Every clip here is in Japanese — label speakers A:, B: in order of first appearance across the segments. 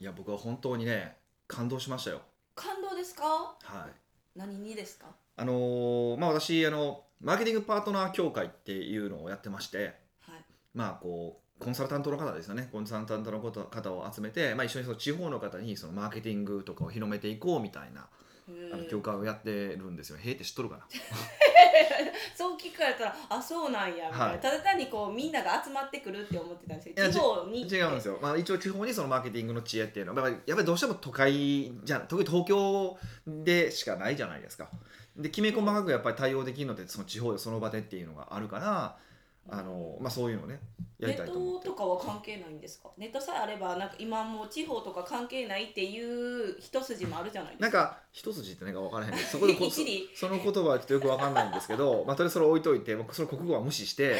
A: いや僕は本当にね感動しましたよ
B: 感動ですか
A: はい
B: 何にですか
A: あのーまあ私あのマーケティングパートナー協会っていうのをやってまして
B: はい
A: まあこうコンサルタントの方ですよねコンサルタントのこと方を集めて、まあ、一緒にその地方の方にそのマーケティングとかを広めていこうみたいな
B: へ
A: あの
B: ー
A: 教会をやってるんですよ。へーって知っとるかな
B: そう聞かれたらあそうなんやみたいな、
A: はい
B: ただ単にこうみんなが集まってくるって思ってたんですけ
A: い
B: ど
A: や
B: 地方に
A: 違うんですよ、まあ、一応地方にそのマーケティングの知恵っていうのはやっぱりやっぱりどうしても都会じゃん特に東京でしかないじゃないですかできめ細かくやっぱり対応できるのってその地方でその場でっていうのがあるからあの、まあ、そういうのをねや
B: ネ
A: りたい
B: ッ
A: と思っ
B: ト
A: て
B: とかは関係ないんですかネットさえあればなんか今もう地方とか関係ないっていう一筋もあるじゃないで
A: な
B: す
A: ん
B: か
A: か一筋ってなんか分からへんけどそこでこ
B: 一理
A: そその言葉はちょっとよく分かんないんですけど、 まあ、とりあえずそれ置いといて僕その国語は無視して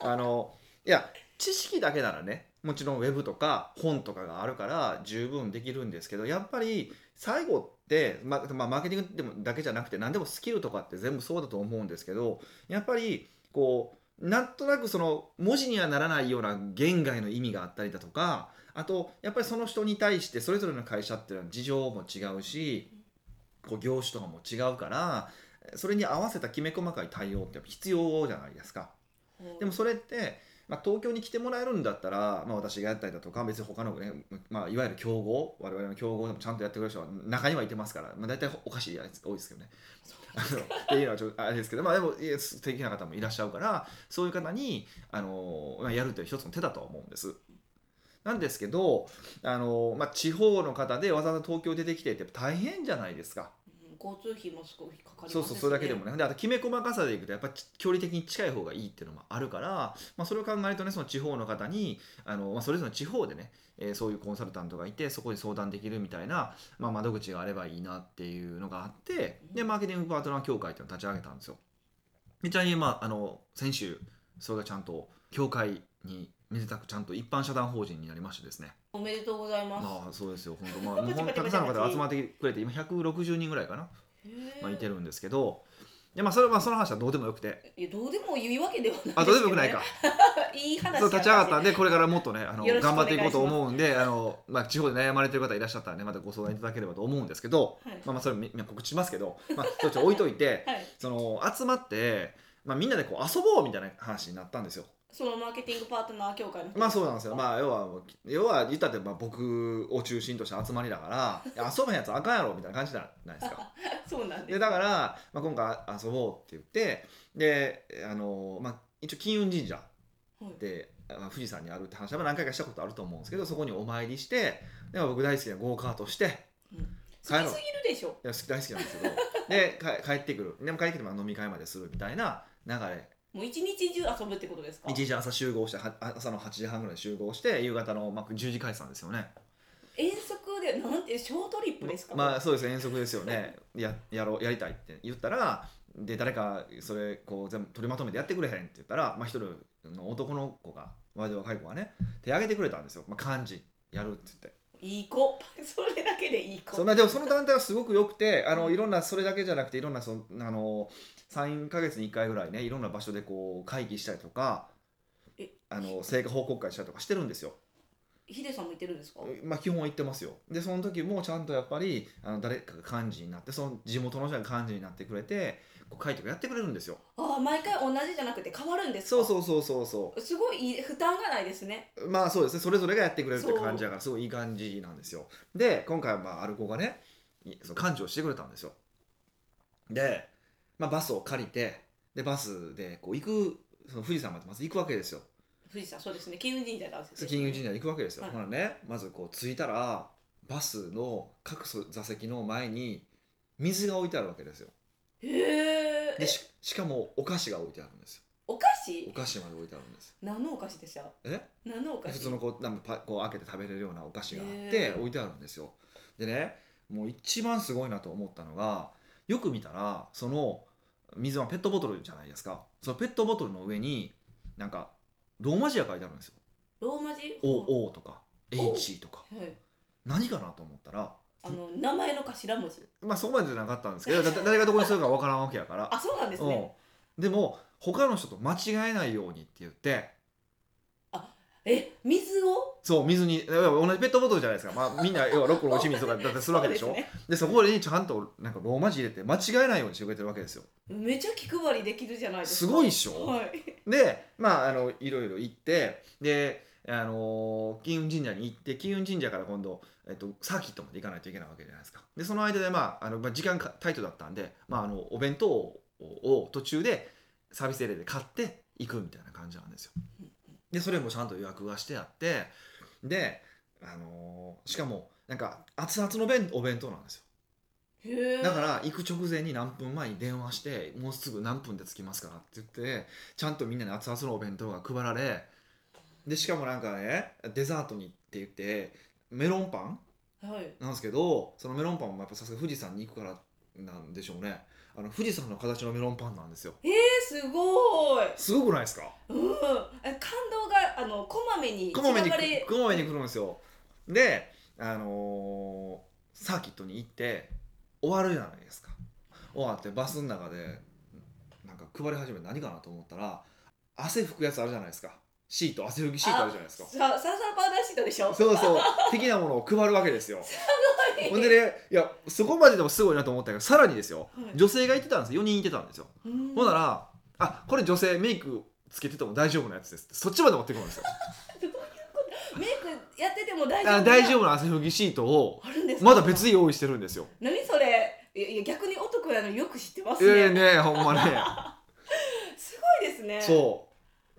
A: あのいや知識だけならねもちろんウェブとか本とかがあるから十分できるんですけどやっぱり最後って、ままあ、マーケティングでもだけじゃなくて何でもスキルとかって全部そうだと思うんですけどやっぱりこうなんとなくその文字にはならないような言外の意味があったりだとかあとやっぱりその人に対してそれぞれの会社っていうのは事情も違うしこう業種とかも違うからそれに合わせたきめ細かい対応ってやっぱ必要じゃないですか。でもそれって、まあ、東京に来てもらえるんだったら、まあ、私がやったりだとか別に他のね、まあ、いわゆる競合我々の競合でもちゃんとやってくれる人は中にはいてますから、まあ、大体おかしいやつ多いですけどね。あのっていうのはちょっとあれですけど、まあ、でもいや素敵な方もいらっしゃるからそういう方にあの、まあ、やるという一つの手だとは思うんです。なんですけどあの、まあ、地方の方でわざわざ東京出てきてって大変じゃないですか。
B: うん交通費もすごいかかります
A: そうそうそれだけでも
B: ね
A: ねであときめ細かさでいくとやっぱち距離的に近い方がいいっていうのもあるから、まあ、それを考えるとねその地方の方にあの、まあ、それぞれの地方でね、えーそういうコンサルタントがいてそこに相談できるみたいな、まあ、窓口があればいいなっていうのがあってでマーケティングパートナー協会っていうのを立ち上げたんですよ。めちゃに、まあ、あの先週それがちゃんと協会にめでたくちゃんと一般社団法人になりましてですね
B: おめでとうございます、
A: まあそうですよ本当まあ
B: パチパチ
A: 日本
B: パチ
A: た
B: パ
A: く
B: チ
A: さんの方が集まってくれて今160人ぐらいかな
B: へー
A: まあ、いてるんですけど、でまあ、それはまあその話はどうでもよくて、
B: いやどうでもいいわけではないですけど、
A: あ
B: ね、
A: どうでもよくない か、
B: いい話
A: そう立ち上がったたんで、これからもっとね、あの
B: よろしくお
A: 頑張っ
B: 願いして
A: い
B: ます
A: こうと思うんで、あのまあ、地方で悩まれてる方いらっしゃったらね、またご相談いただければと思うんですけど、
B: はい
A: まあ、まあそれみみんな告知しますけど、まあ、そっち置いといて、
B: はい、
A: その集まって、まあ、みんなでこう遊ぼうみたいな話になったんですよ。
B: そのマーケティングパートナー協会の
A: まあそうなんですよ、まあ、要は要は言ったってまあ僕を中心とした集まりだからいや遊ばへんやつあかんやろみたいな感じじゃないですか。
B: そうなんです
A: でだから、まあ、今回遊ぼうって言ってであの、まあ、一応金運神社
B: はい
A: で、まあ、富士山にあるって話はまあ何回かしたことあると思うんですけどそこにお参りしてで、まあ僕大好きなゴーカートしてい
B: 好きすぎるでしょ
A: や好き大好きなんですけどでか帰ってくるでも帰ってくるまあ飲み会までするみたいな流れ
B: もう一日中遊ぶってことですか
A: 一日朝集合しては朝の8時半ぐらいに集合して夕方の、まあ、10時解散ですよね
B: 遠足でなんてショートリップですか、
A: まあそうです遠足ですよねややろうやりたいって言ったらで誰かそれこう全部取りまとめてやってくれへんって言ったら、まあ、一人の男の子がワイド若い子がね手挙げてくれたんですよ、まあ、漢字やるって言って
B: いい子 それだけでいい子
A: そんなでもその団体はすごく良くてあのいろんなそれだけじゃなくていろんなそのあの3か月に1回ぐらいねいろんな場所でこう会議したりとか
B: え
A: あの成果報告会したりとかしてるんですよ。
B: ヒデさんもいてるんですか
A: まあ、基本は行ってますよでその時もちゃんとやっぱりあの誰かが幹事になってその地元の人が幹事になってくれてこう会とかやってくれるんですよ
B: ああ毎回同じじゃなくて変わるんですか
A: そうそうそうそうそう
B: すごいいい負担がないですね
A: うまあそうですねそれぞれがやってくれるって感じだからすごいいい感じなんですよで今回はまあアルコがねいその幹事をしてくれたんですよで、まあ、バスを借りてでバスでこう行くその富士山までまず行くわけですよ
B: 富士山そうですね金運神社なんですよ
A: 金融神社に行くわけですよ、
B: はい
A: ほらねまずこう着いたらバスの各座席の前に水が置いてあるわけですよ
B: へー
A: で
B: え
A: ししかもお菓子が置いてあるんですよ
B: お菓
A: お
B: 子
A: 菓子まで置いてあるんです
B: 何のお菓子でした
A: え
B: 何のお菓子
A: 普通のこうなんかパこう開けて食べれるようなお菓子があっ
B: へ
A: て
B: ー
A: 置いてあるんですよでねもう一番すごいなと思ったのがよく見たらその水はペットボトルじゃないですかそのペットボトルの上になんかローマ字が書いてあるんですよ
B: ローマ字
A: 「OO」とか「
B: お
A: HE」とか
B: はい
A: 何かなと思ったら
B: あの名前の頭文字
A: まあそこまでじゃなかったんですけどだ誰がどこにするかわからんわけやから
B: あそうなんですね
A: うんでも他の人と間違えないようにって言って
B: え水を
A: そう水にだから同じペットボトルじゃないですか、まあ、みんな要はロッコの落ち水とかだってするわけでしょ
B: そう
A: で,、
B: すね
A: そこにちゃんとなんかローマ字入れて間違えないようにしてくれてるわけですよ
B: めちゃ気配りできるじゃないですか
A: すごいっしょ
B: はい
A: でまああのいろいろ行ってであの金運神社に行って金運神社から今度、えっと、サーキットまで行かないといけないわけじゃないですかでその間で、まあ、あのまあ時間かタイトだったんで、まあ、あのお弁当をを途中でサービスエリアで買って行くみたいな感じなんですよでそれもちゃんと予約がしてあってで、あのしかもなんか熱々の弁お弁当なんですよ
B: へえ
A: だから行く直前に何分前に電話してもうすぐ何分で着きますからって言ってちゃんとみんなに熱々のお弁当が配られでしかもなんかねデザートにって言ってメロンパン
B: はい
A: なんですけどそのメロンパンもやっぱさすが富士山に行くからなんでしょうねあの富士山の形のメロンパンなんですよ
B: えー、すごい、
A: すごくないですか
B: うん、え感動があのこまめに
A: こまめに
B: 散らばれ
A: こまめに来るんですよであのーサーキットに行って終わるじゃないですか終わってバスの中でなんか配り始めて何かなと思ったら汗拭くやつあるじゃないですかシート汗拭きシートあるじゃないですか
B: さサラサラパウダーシートでしょ
A: そうそう的なものを配るわけです よ
B: はい
A: ほんでねいやそこまででもすごいなと思ったけどさらにですよ
B: はい
A: 女性がいてたんですよ4人いてたんですよ、
B: うん
A: ほんならあこれ女性メイクつけてても大丈夫なやつですってそっちまで持ってくるんですよ
B: メイクやってても大丈夫
A: あ
B: な
A: 大丈夫な汗拭きシートを
B: あるんですか
A: まだ別に用意してるんですよ。
B: 何それいやいや逆に男やのよく知ってますね、
A: ええねほん まね。
B: すごいですね
A: そ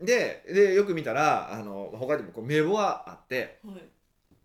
A: う。ででよく見たらあの他にもこう名簿があって
B: う、はい、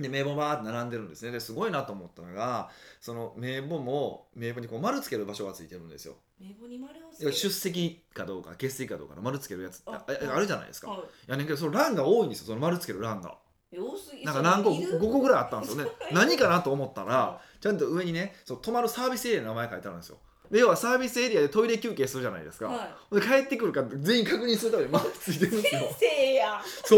A: で名簿バーって並んでるんですねですごいなと思ったのがその名簿も名簿にこう丸つける場所がついてるんですよ
B: 名簿に丸をつけ
A: 要は出席かどうか欠席かどうかの丸つけるやつってあ
B: あ
A: ああるじゃないですか、い、
B: は
A: やねんけどその欄が多いんですよその丸つける欄が
B: い、多すぎ
A: なんか何個
B: いる
A: 5個ぐらいあったんですよ ね何かなと思ったら
B: は
A: ちゃんと上にねそう泊まるサービスエリアの名前書いてあるんですよで要はサービスエリアでトイレ休憩するじゃないですか、
B: い
A: で帰ってくるか全員確認するためにマークついてるんです
B: 先
A: よ
B: 生や
A: そ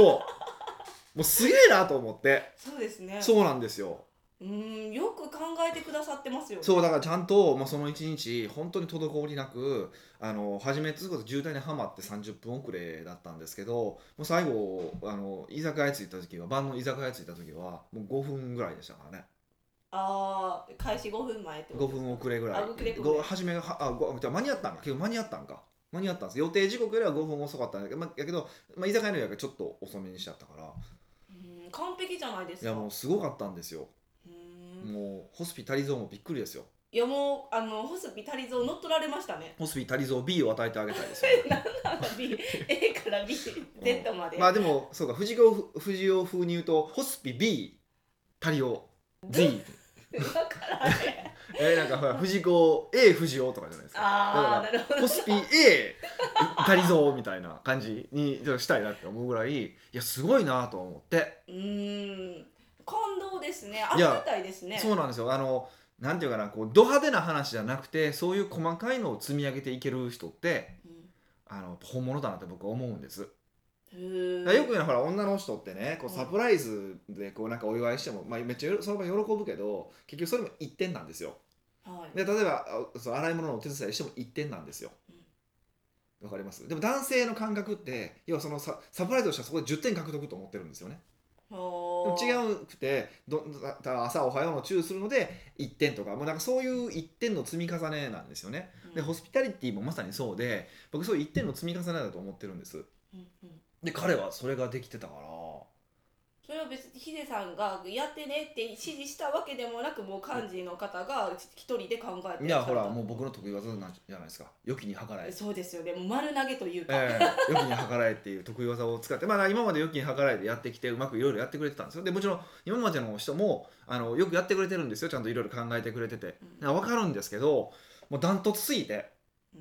A: うもうすげえなと思って
B: そうですね
A: そうなんですよ
B: うーんよく考えてくださってますよね
A: そうだからちゃんと、まあ、その1日本当に滞りなくあの初めつうこと渋滞にはまって30分遅れだったんですけどもう最後あの居酒屋着いた時は晩の居酒屋着いた時はもう5分ぐらいでしたからね
B: ああ開始5分前ってこ
A: 5
B: と
A: 分遅れぐらい
B: あ遅れ
A: ご初めがはあごじゃあ間に合ったんか結構間に合ったんか間に合ったんです予定時刻よりは5分遅かったんだけど、まあ、やけど、まあ、居酒屋の予約がちょっと遅めにしちゃったから
B: うーん完璧じゃないです
A: い
B: か
A: やもうすごかったんですよ、
B: うーん
A: もうホスピタリゾーもびっくりですよ
B: いやもうあのホスピタリゾー乗っ取られましたね
A: ホスピタリゾー B を与えてあげたいですよ
B: え何なの B A から B Z ま で、
A: まあでもそうか藤子藤尾風に言うとホスピ B タリオ Z
B: だからね
A: えーなんかほら藤子 A 藤尾とかじゃないですか
B: ああ
A: だ
B: なるほど
A: ホスピ A タリゾーみたいな感じにちょっとしたいなって思うぐらいいやすごいなと思って、
B: うーん感動ですねあ
A: い
B: り
A: や
B: がたいですね
A: そうなんですよあのなんていうかなこうド派手な話じゃなくてそういう細かいのを積み上げていける人って
B: うん
A: あの本物だなって僕は思うんです
B: へー
A: だからよく言うのはほら女の人ってねこうサプライズでこうなんかお祝いしても、まあ、めっちゃよろその場喜ぶけど結局それも一点なんですよ
B: はい
A: で例えばあそう洗い物のお手伝いしても一点なんですよわかりますでも男性の感覚って要はそのササプライズをしたらそこで10点獲得と思ってるんですよねでも
B: 違う
A: 違うくてどだだ朝おはようのチューするので1点とかもうなんかそういう1点の積み重ねなんですよねでホ
B: ス
A: スピタリティもまさにそうで僕そういう1点の積み重ねだと思ってるんですで彼はそれができてたから
B: それは別にヒデさんがやってねって指示したわけでもなくもう幹事の方が一人で考えて
A: いやほらもう僕の得意技なんじゃないですか良きに計らえ、
B: そうですよねもう丸投げというか、
A: ええ良きに計らえっていう得意技を使ってまあ今まで良きに計らえでやってきてうまくいろいろやってくれてたんですよでもちろん今までの人もあのよくやってくれてるんですよちゃんといろいろ考えてくれてて
B: うん
A: 分かるんですけどもうダントツすぎて
B: うー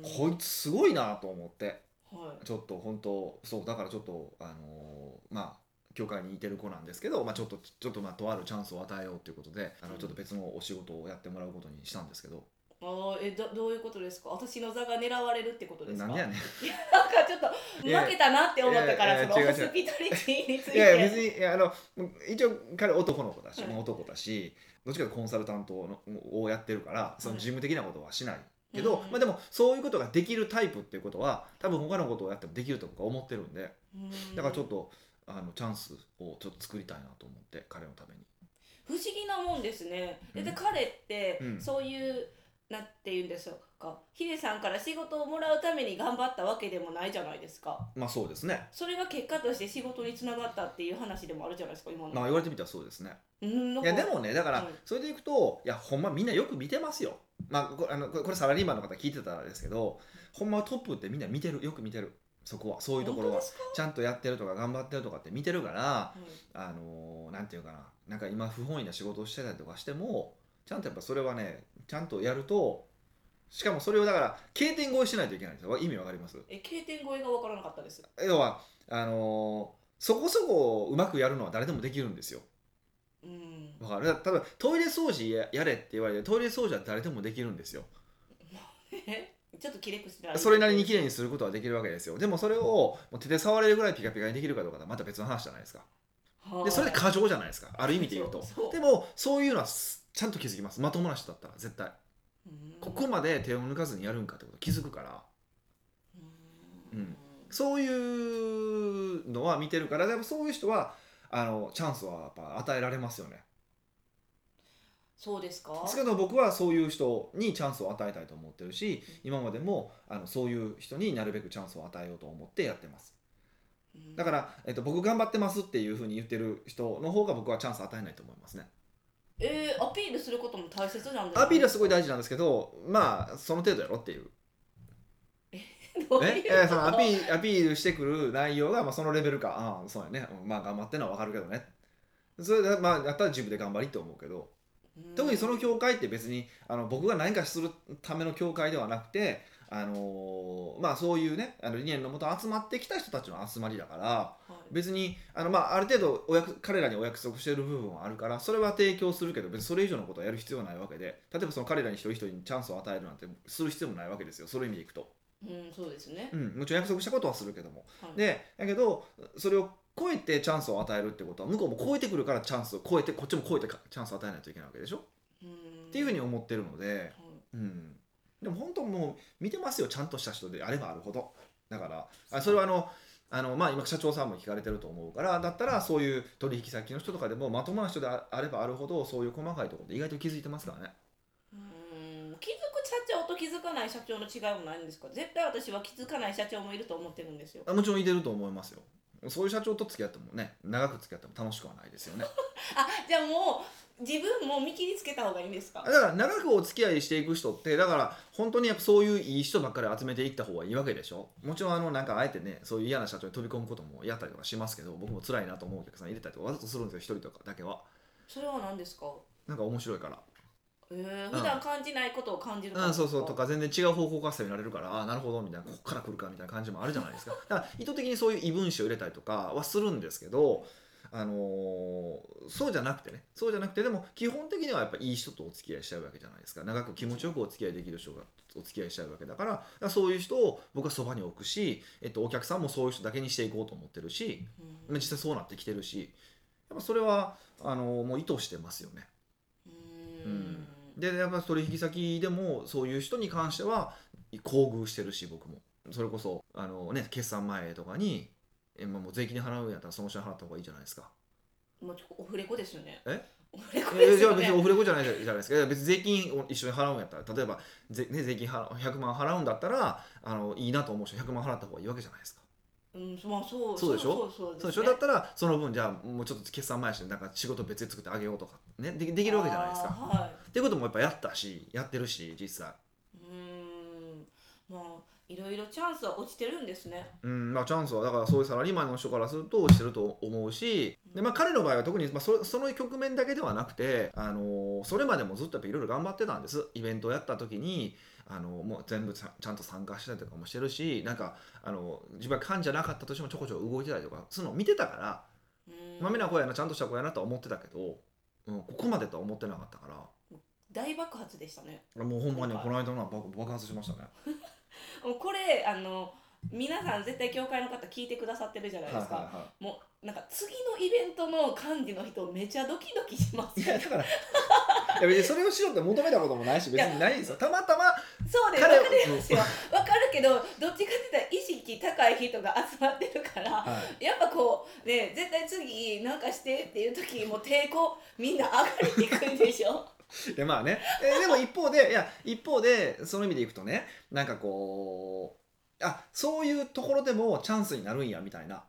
B: ん
A: こいつすごいなと思って
B: は
A: ちょっと本当そうだからちょっとあのーまあ教会にいてる子なんですけど、まあ、ちょっとちょっとまあとあるチャンスを与えようということであのちょっと別のお仕事をやってもらうことにしたんですけど
B: い、あーえどどういうことですか私の座が狙われるってことですか
A: なんでやねん
B: なんかちょっと負けたなって思ったか
A: い
B: ら
A: や
B: そ
A: いやいや違う違
B: のホ
A: う
B: スピタリティについ
A: い
B: て
A: やいや別にいやあの一応彼男の子だし、
B: はい
A: まあ男だしどっちかというとコンサルタントのをやってるからその事務的なことはしないけど、
B: うん
A: まあ、でもそういうことができるタイプっていうことは多分他のことをやってもできると僕は思ってるんで
B: うーん
A: だからちょっと、あのチャンスをちょっと作りたいなと思って彼のために。
B: 不思議なもんですね。で、で
A: うん
B: 彼って、
A: うん
B: そういう、なんて言うんでしょうか。ヒデさんから仕事をもらうために頑張ったわけでもないじゃないですか。
A: まあそうですね。
B: それが結果として仕事につながったっていう話でもあるじゃないですか、今の。
A: まあ言われてみたらそうですね。
B: うん、なん
A: い
B: か
A: やでもねだか
B: う
A: ら
B: ん
A: それでいくといやほんまみんなよく見てますよ。まあこあのこれこれサラリーマンの方聞いてたらですけどほんまトップってみんな見てるよく見てるそこはそういうところ
B: 本当
A: は
B: ですか
A: ちゃんとやってるとか頑張ってるとかって見てるから
B: うん
A: あのーなんていうかななんか今不本意な仕事をしてたりとかしてもちゃんとやっぱそれはねちゃんとやるとしかもそれをだから経点越えしないといけないんですよ意味わかります
B: え、経点超えが分からなかったです。
A: 要はあのーそこそこうまくやるのは誰でもできるんですよ
B: うん。
A: わかるだから例えばトイレ掃除ややれって言われてトイレ掃除は誰でもできるんですよ
B: え ちょっとキレくしてない
A: それなりに綺麗にすることはできるわけですよでもそれをもう手で触れるぐらいピカピカにできるかどうかはまた別の話じゃないですか
B: はい
A: でそれ過剰じゃないですかある意味で言うと
B: そうそう
A: でもそういうのはすちゃんと気づきますまともな人だったら絶対
B: うん
A: ここまで手を抜かずにやるんかってこと気づくから
B: う
A: うんそういうのは見てるからでもそういう人はあのチャンスはやっぱ与えられますよね
B: そうですか
A: ですけど僕はそういう人にチャンスを与えたいと思ってるし今までもあのそういう人になるべくチャンスを与えようと思ってやってますだからら、えっと、僕頑張ってますっていうふうに言ってる人の方が僕はチャンス与えないと思いますね
B: えー、アピールすることも大切なんだ
A: アピールはすごい
B: い
A: 大事なんですけどまあその程度やろっていう
B: どういう
A: ね、えーそのアピールアピールしてくる内容が、まあ、そのレベルか、ああ、そうやね、うんまあ、頑張ってんのは分かるけどね。それで、まあ、やったら自分で頑張りって思うけど、
B: うん
A: 特にその教会って別にあの僕が何かするための教会ではなくて、あのーまあ、そういうね、あの理念のもと集まってきた人たちの集まりだから、
B: はい
A: 別にあの、まあ、ある程度お約、彼らにお約束してる部分はあるから、それは提供するけど、別にそれ以上のことはやる必要はないわけで、例えばその彼らに一人一人にチャンスを与えるなんてする必要もないわけですよ、その意味でいくと。
B: うんそうですね
A: うん、もちろん約束したことはするけども、
B: はい
A: でだけどそれを超えてチャンスを与えるってことは向こうも超えてくるからチャンスを超えてこっちも超えてかチャンスを与えないといけないわけでしょ、
B: うん
A: っていうふうに思ってるので、
B: はい
A: うん、でも本当もう見てますよちゃんとした人であればあるほどだからあそれはあのあの、まあ、今社長さんも聞かれてると思うからだったらそういう取引先の人とかでもまともな人でああればあるほどそういう細かいところで意外と気づいてますからね。
B: うん気づく社長と気づかない社長の違いもないんですか絶対私は気づかない社長もいると思ってるんですよ
A: あもちろんいてると思いますよ。そういう社長と付き合ってもね長く付き合っても楽しくはないですよね。
B: あじゃあもう自分も見切りつけた方がいいんですか
A: だから長くお付き合いしていく人ってだから本当にやっぱそういういい人ばっかり集めていった方がいいわけでしょもちろんあのなんかあえてねそういう嫌な社長に飛び込むこともやったりとかしますけど僕も辛いなと思うお客さん入れたりとかわざとするんですよ一人とかだけは
B: それは何ですか
A: なんか面白いから
B: えー、普段感じないことを感じるから
A: う
B: で
A: ん、
B: す
A: そ
B: か
A: うそうとか全然違う方向から攻められるからああなるほどみたいなこっから来るかみたいな感じもあるじゃないですかだから意図的にそういう異分子を入れたりとかはするんですけど、あのーそうじゃなくてねそうじゃなくてでも基本的にはやっぱいい人とお付き合いしちゃうわけじゃないですか長く気持ちよくお付き合いできる人がお付き合いしちゃうわけだからだからそういう人を僕はそばに置くし、えっと、お客さんもそういう人だけにしていこうと思ってるし
B: うん
A: 実際そうなってきてるしやっぱそれはあのーもう意図してますよね。
B: う
A: うんんでやっぱ取引先でもそういう人に関しては厚遇してるし僕もそれこそあの、ね、決算前とかにえまあもう税金で払うんやったらその人に払った方がいいじゃないですか。
B: もうちょっとオフレコですよね
A: え
B: オフレコ
A: え
B: で
A: い
B: す
A: や
B: よ
A: 別
B: ね
A: にオフレコじゃないじゃないですかいや別に税金を一緒に払うんやったら例えばぜ、ね、税金払う100万払うんだったらあのいいなと思う人100万払った方がいいわけじゃないですか。
B: うん、まあそう
A: そうでしょ
B: そう
A: そうでし
B: す
A: ょ
B: ね
A: だったらその分じゃあもうちょっと決算前やしなんか仕事別で作ってあげようとか、ね、でできるわけじゃないですか。
B: あーはい
A: っていうこともやっぱやったしやってるし実際。
B: うーんまあいろいろチャンスは落ちてるんですね
A: うんまあ、チャンスはだからそういうサラリーマンの人からするとしてると思うしで、まあ、彼の場合は特に、まあ、そその局面だけではなくて、あのーそれまでもずっとやっぱいろいろ頑張ってたんですイベントをやった時に、あのーもう全部ちゃちゃんと参加したりとかもしてるしなんか、あのー自分が患者なかったとしてもちょこちょこ動いてたりとかそういうのを見てたから
B: うーん
A: まめな子やなちゃんとした子やなとは思ってたけど、うん、ここまでとは思ってなかったから
B: 大爆発でしたね
A: もうほんまにこの間のは爆爆発しましたね。
B: もうこれあの皆さん絶対教会の方聞いてくださってるじゃないですか、
A: いはい
B: もうなんか次のイベントの幹事の人めちゃドキドキします
A: い やだからいや別にそれをしろって求めたこともないし別にないんですよたまたま
B: そうです
A: 彼
B: わ
A: を
B: かりますよわかるけどどっちかって言ったら意識識高い人が集まってるから
A: はい
B: やっぱこうね絶対次なんかしてっていう時も抵抗みんな上がりにくいでしょ
A: でまあね、えーでも一方でいや一方でその意味でいくとねなんかこうあそういうところでもチャンスになるんやみたいな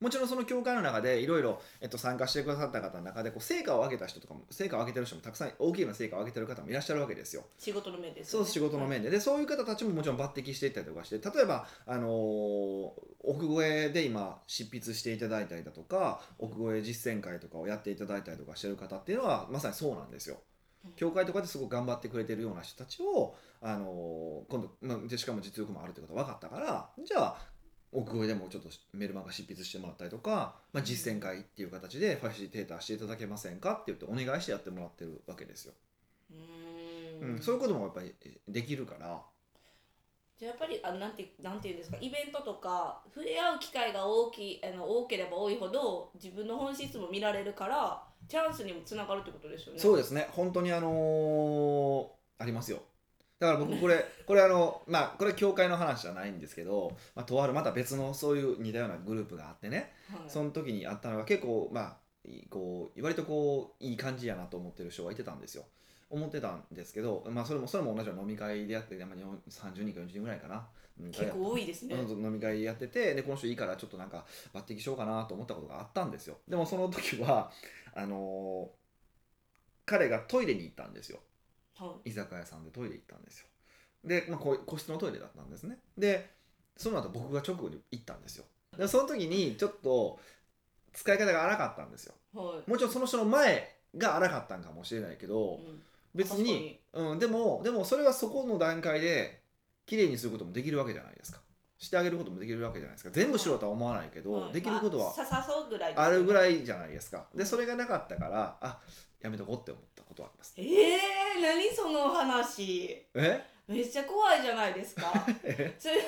A: もちろんその協会の中でいろいろえっと参加してくださった方の中でこう成果を上げた人とかも成果を上げてる人もたくさん大きな成果を上げてる方もいらっしゃるわけですよ。
B: 仕事の面です
A: そう仕事の面ででそういう方たちももちろん抜擢していったりとかして例えば、あのー奥越えで今執筆していただいたりだとか奥越え実践会とかをやっていただいたりとかしてる方っていうのはまさにそうなんですよ
B: うん。
A: 教会とかですごく頑張ってくれてるような人たちを、あのー今度、まあでしかも実力もあるってことが分かったからじゃあ奥越えでもちょっとメルマガ執筆してもらったりとか、まあ、実践会っていう形でファシリテーターしていただけませんかって言ってお願いしてやってもらってるわけですよ。
B: う
A: う
B: ーん
A: ん、そういうこともやっぱりできるから。
B: じゃあやっぱりあなんてなんていうんですかイベントとか触れ合う機会が大きいあの多ければ多いほど自分の本質も見られるからチャンスにもつながるってことですよね。
A: そうですね本当にあのーありますよだから僕こ れこれあのまあこれ教会の話じゃないんですけど、まあ、とあるまた別のそういう似たようなグループがあってね
B: はい
A: その時にあったのが結構まあいいこう割とこういい感じやなと思ってる人がいてたんですよ思ってたんですけど、まあ、それもそれも同じような飲み会でやって、まあ、30人か40人ぐらいかなうん
B: 結構多いですね。
A: うん飲み会やっててでこの人いいからちょっとなんか抜擢しようかなと思ったことがあったんですよでもその時はあのー彼がトイレに行ったんですよ
B: は
A: 居酒屋さんでトイレ行ったんですよで、まあ、こ個室のトイレだったんですねでその後僕が直後に行ったんですよでその時にちょっと使い方が荒かったんですよ
B: いはい。
A: もちろんその人の前が荒かったんかもしれないけど
B: うん
A: 別にうん、でもでもそれはそこの段階で綺麗にすることもできるわけじゃないですかしてあげることもできるわけじゃないですか全部しろとは思わないけど、
B: はい
A: できることは
B: まあささそうぐらい。
A: あるぐ
B: い。
A: らいじゃないですかでそれがなかったからあやめとこうって思ったことはあります
B: ええー、何その話。
A: え
B: めっちゃ怖いじゃないで すか。
A: え
B: それは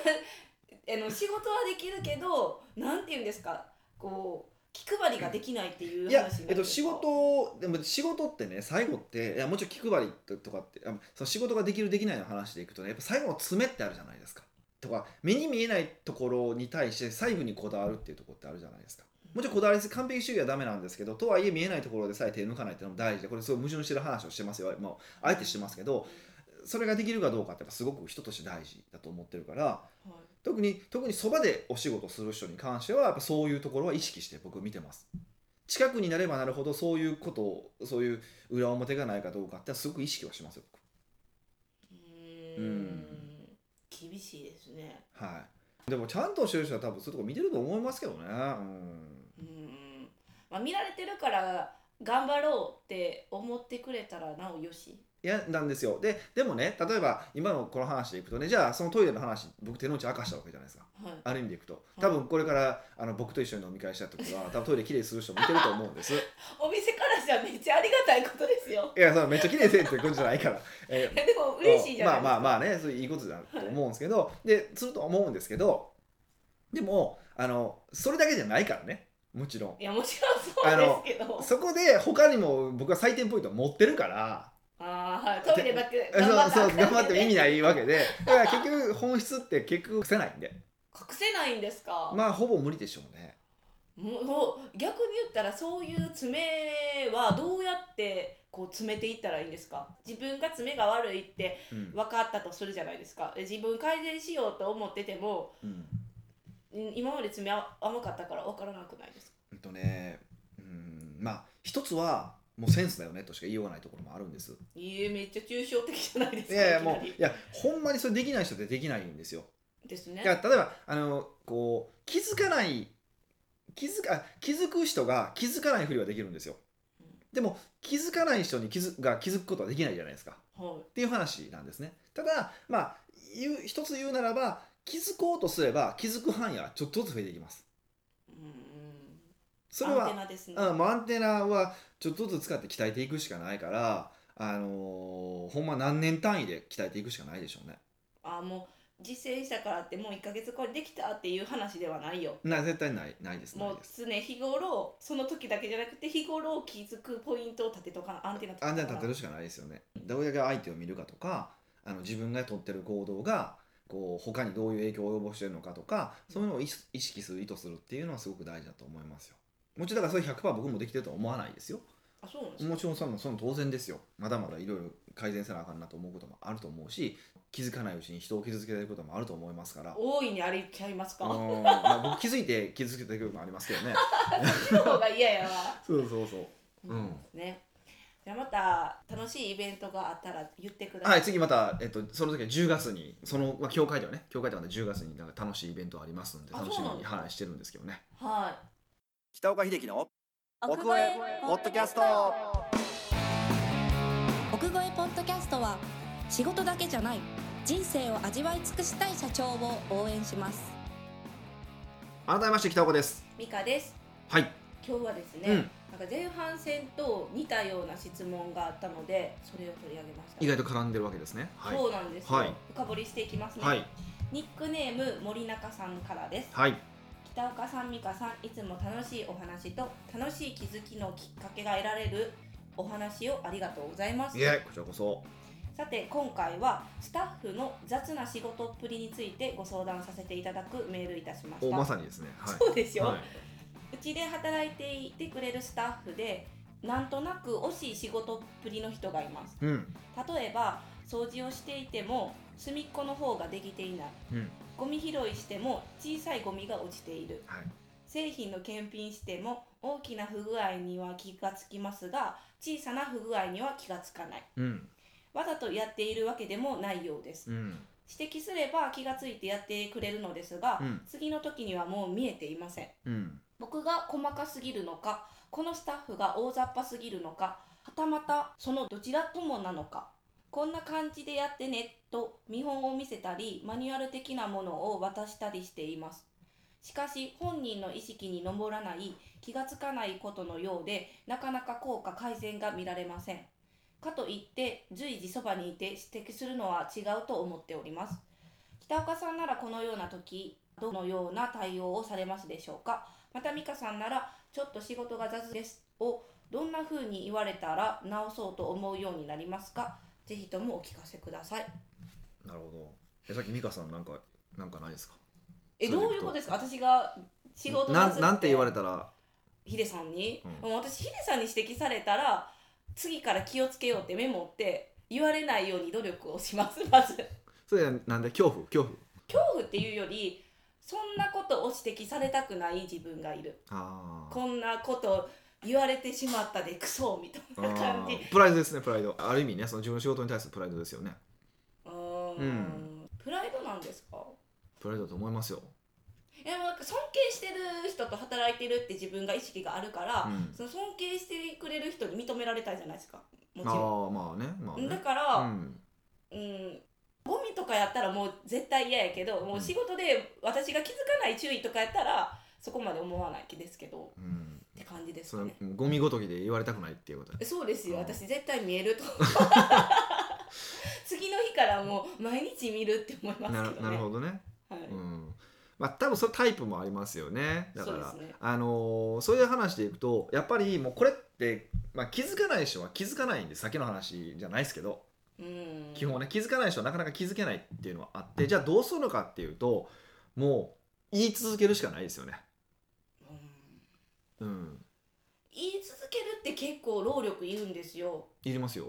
B: あの仕事はできるけどなんて言うんですかこう気配りができないっていう
A: い
B: 話になる
A: や
B: んですか
A: えっと仕事でも仕事ってね最後っていやもちろん気配りとかってあその仕事ができるできないの話でいくとねやっぱ最後の爪ってあるじゃないですかとか目に見えないところに対して細部にこだわるっていうところってあるじゃないですかもちろんこだわりす完璧主義はダメなんですけどとはいえ見えないところでさえ手抜かないっていうのも大事でこれすごい矛盾してる話をしてますよ、まあ、あえてしてますけどそれができるかどうかってやっぱすごく人として大事だと思ってるから
B: はい
A: 特に特にそばでお仕事する人に関してはやっぱそういうところは意識して僕見てます近くになればなるほどそういうことをそういう裏表がないかどうかってすごく意識はしますよ
B: うー
A: うん
B: 厳しいですね。
A: 僕はいでもちゃんとしてる人は多分そういうとこ見てると思いますけどねうん
B: うんまあ、見られてるから頑張ろうって思ってくれたらなおよし。
A: いやなんですよででもね例えば今のこの話でいくとねじゃあそのトイレの話僕手の内明かしたわけじゃないですか
B: はい、
A: ある意味でいくと多分これからあの僕と一緒に飲み会したってことは多分トイレきれいにする人もいてると思うんです
B: お店からしたらめっちゃありがたいことですよ。
A: いやそのめっちゃ綺麗せんってことじゃないから、え
B: でも嬉しいじゃないですか。
A: まあまあまあねそういういいことだと思うんですけど、ですると思うんですけどでもあのそれだけじゃないからねもちろん
B: いやもちろんそうですけど。
A: そこで他にも僕は採点ポイントを持ってるから
B: ああはいトイレばっかり
A: そう
B: 頑張った。
A: そう頑張っても意味ないいわけでだから結局本質って結局せないんで
B: 隠せないんですか。
A: まあほぼ無理でしょうね
B: もう逆に言ったらそういう爪はどうやってこう詰めていったらいいんですか自分が爪が悪いって
A: うん、
B: 分かったとするじゃないですかで自分改善しようと思ってても
A: うん
B: ん今まで爪あ甘かったから分からなくないですか
A: うんとねうんまあ一つはもうセンスだよねとしか言いようがないところもあるんです
B: いえめっちゃ抽象的じゃないです
A: い
B: か
A: やいや
B: きな
A: もう
B: り
A: いやほんまにそれできない人ってできないんですよ
B: ですね
A: だから例えばあのこう気づかない気づかあ気づく人が気づかないふりはできるんですよ
B: うん
A: でも気づかない人に気づが気づくことはできないじゃないですかっ
B: は
A: ていう話なんですねただまあ言う一つ言うならば気づこうとすれば気づく範囲はちょっとずつ増えていきます
B: いうん
A: それ
B: アンテ
A: は
B: ナですね
A: うんもうアンテナはちょっとずつ使って鍛えていくしかないからあのーほんま何年単位で鍛えていくしかないでしょうね
B: あもう実践したからってもう1か月これできたっていう話ではないよ
A: な絶対ないないですな
B: も
A: いうです
B: 常日頃その時だけじゃなくて日頃気づくポイントを立てとかアンテナ立
A: 安全に立
B: とか
A: てるしかないですよね。どれだけ相手を見るかとかあの自分が取ってる行動がこう他にどういう影響を及ぼしてるのかとかそういうのを意識意識する意図するっていうのはすごく大事だと思いますよ。もちろんだからそれ100%僕もできてるとは思わないですよ。
B: あそうなんですか
A: もちろんそのその当然ですよまだまだいろいろ改善せなあかんなと思うこともあると思うし気づかないうちに人を傷つけてることもあると思いますから。
B: 大いにありちゃいます
A: あ
B: か
A: のーまあ、僕気づいて傷つけてることもありますけどね
B: そっちの方が嫌やわ
A: そうそうそううん
B: ねじゃあまた楽しいイベントがあったら言ってくださ、
A: はいい、次また、えっと、その時は10月に、その、まあ、教会ではね、教会ではね、10月になんか楽しいイベントありますんで、
B: あ
A: 楽しみ
B: そうなん
A: に、
B: だ
A: はい、してるんですけどね。
B: はい
A: 北岡秀樹の奥越えポッドキャスト
C: 奥越えポッドキャストは仕事だけじゃない人生を味わい尽くしたい社長を応援します
A: 改めまして北岡です。
B: 美香です
A: はい。
B: 今日はですね、
A: うん
B: なんか前半戦と似たような質問があったのでそれを取り上げました
A: 意外と絡んでるわけですね。はい。
B: そうなんですよ、
A: はい
B: 深掘りしていきますね、
A: はい。
B: ニックネーム森中さんからです
A: はい。
B: 北岡さん美香さんいつも楽しいお話と楽しい気づきのきっかけが得られるお話をありがとうございます
A: いえ、こちらこそ。
B: さて今回はスタッフの雑な仕事っぷりについてご相談させていただくメールいたしました
A: お、まさにですね。はい。
B: そうですよ、
A: は
B: うちで働いていてくれるスタッフでなんとなく惜しい仕事っぷりの人がいます
A: い。うん。
B: 例えば掃除をしていても隅っこの方ができていない
A: うん。
B: ゴミ拾いしても小さいゴミが落ちている
A: はい。
B: 製品の検品しても大きな不具合には気がつきますが小さな不具合には気がつかない
A: うん。
B: わざとやっているわけでもないようです
A: うん。
B: 指摘すれば気がついてやってくれるのですが、
A: うん
B: 次の時にはもう見えていません
A: うん。
B: 僕が細かすぎるのかこのスタッフが大雑把すぎるのかはたまたそのどちらともなのかこんな感じでやってねと見本を見せたりマニュアル的なものを渡したりしていますしかし本人の意識に上らない気がつかないことのようでなかなか効果改善が見られませんかといって随時そばにいて指摘するのは違うと思っております北岡さんならこのような時どのような対応をされますでしょうかまた美香さんなら「ちょっと仕事が雑です」をどんな風に言われたら直そうと思うようになりますかぜひともお聞かせください
A: なるほど。え、さっき美香さん、なんか、なんかないですか。
B: え
A: そういうこ
B: ど
A: と
B: ういうことですか私が仕事が雑
A: なん、なんて言われたら。
B: ヒデさんに、
A: うん
B: もう私ヒデさんに指摘されたら次から気をつけようってメモって言われないように努力をします まず
A: それ、なんで、恐怖、恐怖。
B: 恐怖っていうよりそんなことを指摘されたくない自分がいる
A: ああ。
B: こんなこと言われてしまったでクソみたいな
A: あ
B: 感じ
A: ープライドですね、プライド。ある意味ね、その自分の仕事に対するプライドですよね。
B: うー、
A: うん
B: プライドなんですか
A: プライドだと思いますよ。
B: いやなんか尊敬してる人と働いてるって自分が意識があるから、
A: うん
B: その尊敬してくれる人に認められたいじゃないですかもち
A: あ
B: ろ
A: あ、まあね、まあ
B: んだ
A: ね。
B: から、
A: うん。
B: うん、ゴミとかやったらもう絶対嫌やけどもう仕事で私が気づかない注意とかやったらそこまで思わないですけど
A: うん。
B: って感じです
A: そ
B: か
A: の
B: ね
A: ゴミごときで言われたくないっていうことね
B: そうですよ
A: うん
B: 私絶対見えると次の日からもう毎日見るって思いますけ
A: な
B: ど
A: る
B: ね
A: なるほどね、
B: はい、
A: うんまあ多分それタイプもありますよねだから
B: そうですね
A: あのーそういう話でいくとやっぱりもうこれって、まあ、気づかない人は気づかないんでさっきの話じゃないですけど
B: うん
A: 基本ね気づかない人はなかなか気づけないっていうのはあってじゃあどうするのかっていうともう言い続けるしかないですよね。
B: うん
A: うん、
B: 言い続けるって結構労力いるんですよ
A: いりますよ。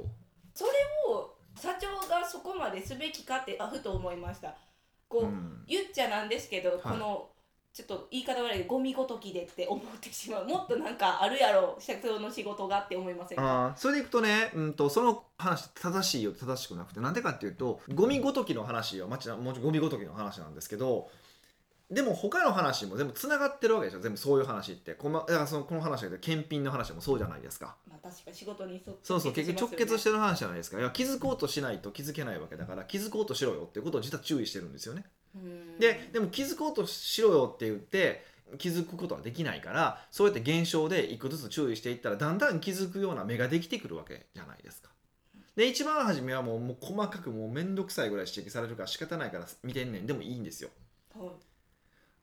B: もう社長がそこまですべきかってあふと思いましたこう、
A: うん
B: 言っちゃなんですけど、
A: い
B: このちょっと言い方悪いけどゴミごときでって思ってしまうもっとなんかあるやろ社長の仕事がって思いませんか
A: あーそれでいくとね、うん、とその話正しいよ正しくなくてなんでかっていうとゴミごときの話はまちなもちろんゴミごときの話なんですけどでも他の話も全部つながってるわけでしょ全部そういう話ってこのだからそのこの話だけど検品の話もそうじゃないですか
B: まあ確かに仕事に
A: そうそう結局直結しててる話じゃないですかいや気づこうとしないと気づけないわけだから気づこうとしろよっていうことを実は注意してるんですよねででも気づこうとしろよって言って気づくことはできないからそうやって現象で一個ずつ注意していったらだんだん気づくような目ができてくるわけじゃないですか。で一番初めはもうもう細かくもう面倒くさいぐらい指摘されるから仕方ないから見てんねんでもいいんですよ。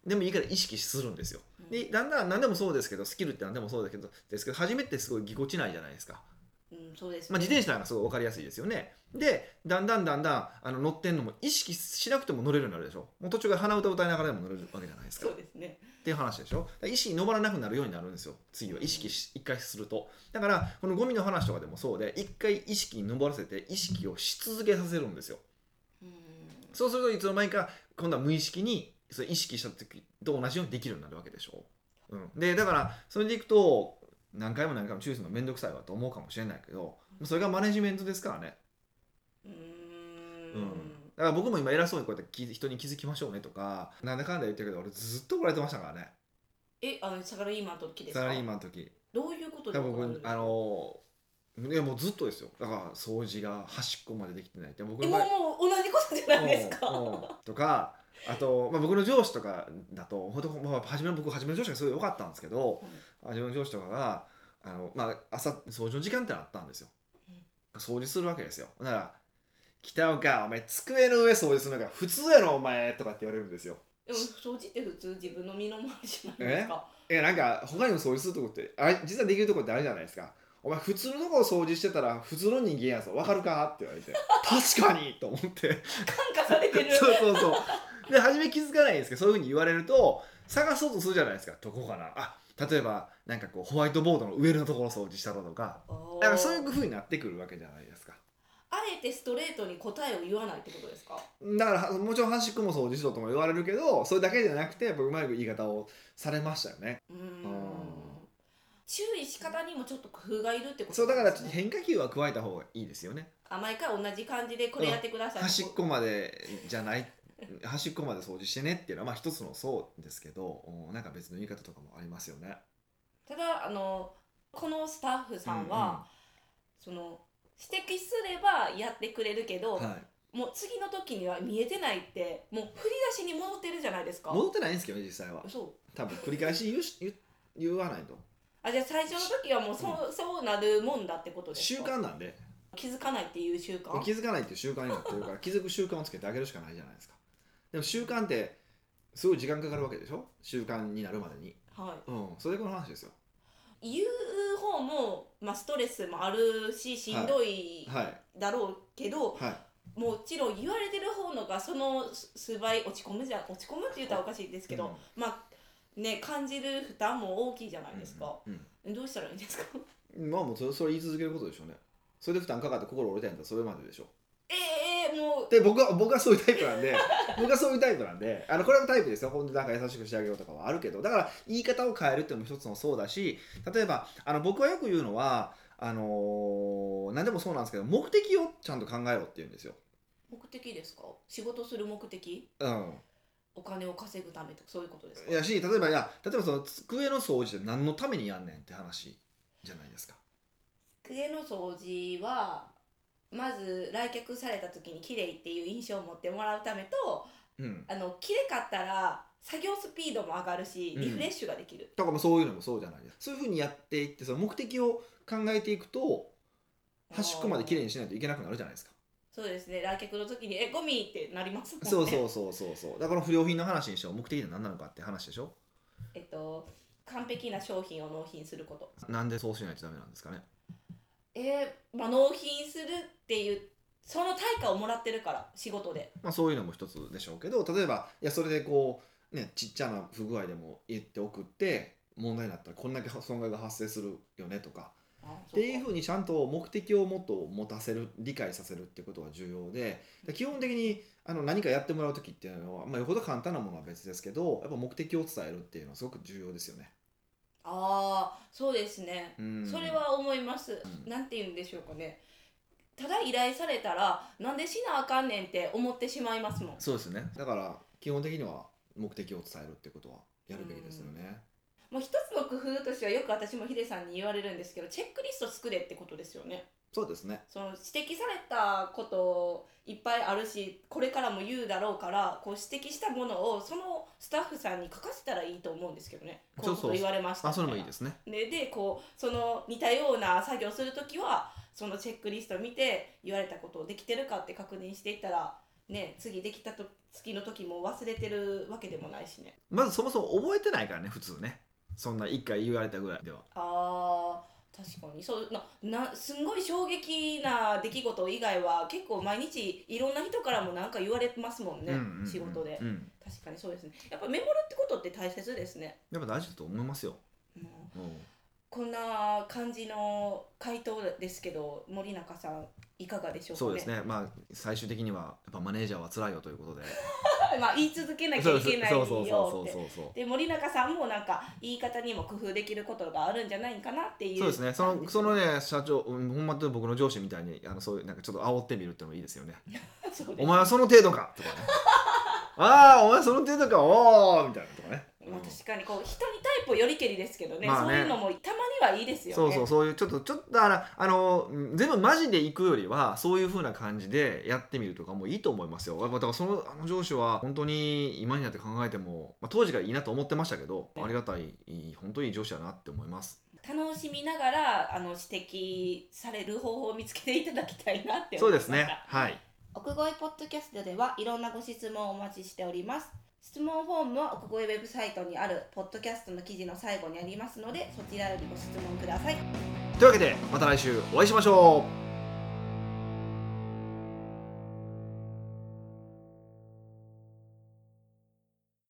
A: でもいいから意識するんですよ。でだんだん何でもそうですけどスキルって何でもそうだけどですけど初めってすごいぎこちないじゃないですか。
B: うん、そうです、
A: まあ、自転車なんかすごい分かりやすいですよねでだんだんだんだんあの乗ってんのも意識しなくても乗れるようになるでしょもう途中から鼻歌歌いながらでも乗れるわけじゃないですか
B: そうですね。
A: っていう話でしょだから意識に登らなくなるようになるんですよ次は意識し一回するとだからこのゴミの話とかでもそうで一回意識に登らせて意識をし続けさせるんですよ
B: うん。
A: そうするといつの間にか今度は無意識にそれ意識した時と同じようにできるようになるわけでしょ、うん、でだからそれでいくと何回も何回も注意するの面倒くさいわと思うかもしれないけどそれがマネジメントですからね
B: うー
A: うん
B: ん。
A: だから僕も今偉そうにこうやって気人に気づきましょうねとかなんだかんだ言ってるけど俺ずっと怒られてましたからね
B: え、あのサラリーマンの時ですか。
A: サラリーマンの時
B: どういうことで
A: 多
B: 怒ら
A: 分
B: れるんですか
A: あのいやもうずっとですよだから掃除が端っこまでできてないって僕
B: え
A: の
B: も
A: 場
B: う
A: 合
B: もう同じことじゃないですか。
A: うんうんとかあと、まあ、僕の上司とかだとほんと、まあ、初めの僕初めの上司がすごい良かったんですけど、初めの上司とかがあの、まあ、朝掃除の時間ってのあったんですよ、掃除するわけですよだから「北岡お前机の上掃除するのが普通やろお前」とかって言われるんですよ
B: でも掃除って普通自分の身の回りじゃないですか。
A: えなんか他にも掃除するとこってあれ実はできるとこってあるじゃないですかお前普通のとこを掃除してたら普通の人間やぞわかるかって言われて 確かにと思って
B: 感化されてる。
A: そうそうそうで初め気づかないんですけどそういうふうに言われると探そうとするじゃないですかどこかなあ例えばなんかこうホワイトボードの上のところ掃除したらとか
B: おー
A: なんかそういうふうになってくるわけじゃないですか
B: あえてストレートに答えを言わないってことですか。
A: だからもちろん端っこも掃除しろとも言われるけどそれだけじゃなくてやっぱうまい言い方をされましたよね
B: うーん
A: あー。
B: 注意し方にもちょっと工夫がいるってことです
A: そ
B: ね
A: うだからちょっと変化球は加えた方がいいですよね
B: あ毎回同じ感じでこれやってください。
A: 端っこまでじゃない端っこまで掃除してねっていうのはまあ一つのそうですけどうんなんか別の言い方とかもありますよね。
B: ただあのこのスタッフさんは、その指摘すればやってくれるけど、
A: うんうんはい、
B: もう次の時には見えてないってもう振り出しに戻ってるじゃないですか。
A: 戻ってないんですけどね実際は
B: そう
A: 多分繰り返し言うし言う言わないと
B: あじゃあ最初の時はもうそう,、そうなるもんだってことです
A: 習
B: か
A: 慣なんで
B: 気づかないっていう習慣
A: 気づかないっていう習慣になってるから気づく習慣をつけてあげるしかないじゃないですかでも習慣ってすごい時間かかるわけでしょ習慣になるまでに
B: は
A: うんそれこの話ですよ
B: い、言う方も、まあ、ストレスもあるししんどい
A: はい
B: だろうけど、
A: はい
B: もちろん言われてる方のがそのす数倍落ち込むじゃ落ち込むって言ったらおかしいですけど、まあね感じる負担も大きいじゃないですか、、
A: うんうん
B: どうしたらいいんです か
A: うんまあもうそれそれ言い続けることでしょうねそれで負担かかって心折れたんだったらそれまででしょ
B: ええもう
A: で僕は僕はそういうタイプなんで 僕はそういうタイプなんであのこれもタイプですよほんでなんか優しくしてあげようとかはあるけどだから言い方を変えるっていうのも一つのそうだし例えばあの僕はよく言うのはあのー何でもそうなんですけど目的をちゃんと考えろって言うんですよ。
B: 目的ですか仕事する目的
A: うん、
B: お金を稼ぐためとかそういうことですか
A: いやし例えばいや例えばその机の掃除って何のためにやんねんって話じゃないですか。
B: 机の掃除はまず来客された時に綺麗っていう印象を持ってもらうためと
A: うん、
B: あの綺麗かったら作業スピードも上がるし
A: うん
B: リフレッシュができる、
A: とかもそういうのもそうじゃないですかそういうふうにやっていってその目的を考えていくと端っこまで綺麗にしないといけなくなるじゃないですか。
B: そうですね来客の時に「えゴミ!」ってなりますもん ね
A: そうそうそうそうそうだから不良品の話にしても目的って何なのかって話でしょ
B: えっと完璧な商品を納品すること
A: なんでそうしないとダメなんですかね
B: えーまあ、納品するっていうその対価をもらってるから仕事で
A: まあそういうのも一つでしょうけど例えばいやそれでこうねちっちゃな不具合でも言って送って問題になったらこんだけ損害が発生するよねとかっていうふうにちゃんと目的をもっと持たせる理解させるってことが重要でで基本的にあの何かやってもらう時っていうのは、まあ、よほど簡単なものは別ですけどやっぱ目的を伝えるっていうのはすごく重要ですよね。
B: ああそうですね
A: うん
B: それは思います、
A: うん
B: なんて言うんでしょうかねただ依頼されたらなんでしなあかんねんって思ってしまいますもん
A: そうですねだから基本的には目的を伝えるってことはやるべきですよね、
B: もう一つの工夫としてはよく私もヒデさんに言われるんですけどチェックリスト作れってことですよね
A: そうですね
B: その指摘されたこといっぱいあるしこれからも言うだろうからこう指摘したものをそのスタッフさんに書かせたらいいと思うんですけどねこういうこ
A: そう
B: と
A: そう
B: 言われました
A: あ
B: み
A: そ
B: たい
A: れ
B: な
A: もいいですね
B: ででこうその似たような作業する時はそのチェックリストを見て言われたことをできてるかって確認していったら、ね、次できたと次の時も忘れてるわけでもないしね
A: まずそもそも覚えてないからね普通ねそんな一回言われたぐらいでは
B: あー確かにそうななすんごい衝撃な出来事以外は結構毎日いろんな人からもなんか言われますもんね、
A: うんうんうん
B: 仕事で、
A: うん
B: 確かにそうですねやっぱメモるってことって大切ですね、
A: やっぱ大事だと思いますよ、
B: うん、
A: うん
B: こんな感じの回答ですけど森中さんいかがでしょうか
A: そ
B: ね
A: うですねまあ最終的にはやっぱマネージャーは辛いよということで
B: まあ言い続けなきゃいけない
A: そうそうそ
B: よ
A: う
B: っ
A: そう
B: て
A: そうそう
B: で森中さんもなんか言い方にも工夫できることがあるんじゃないかなっていう
A: そうですね。そ
B: 感じ
A: の
B: で
A: そのね社長、うんほんまと僕の上司みたいにあのそういうなんかちょっと煽ってみるってのもいいですよね。
B: そうです
A: お前はその程度かとかね。ああお前その程度かおおみたいなとかね。
B: まあ、確かにこう人にタイプをよりけりですけどね,、
A: まあね
B: そういうのもたまにはいいですよね
A: そうそうそういうちょっとちょっとだからあのうん全部マジで行くよりはそういう風な感じでやってみるとかもいいと思いますよ。やっぱだからそのあの上司は本当に今になって考えても、まあ、当時からいいなと思ってましたけどありがたいいい本当にいい上司だなって思います。
B: 楽しみながらあの指摘される方法を見つけていただきたいなって
A: そ
B: 思
A: う
B: いま
A: で
B: した
A: すね。はい。
B: 奥越ポッドキャストではいろんなご質問をお待ちしております質問フォームは奥越ウェブサイトにあるポッドキャストの記事の最後にありますのでそちらよりご質問ください
A: というわけでまた来週お会いしましょう。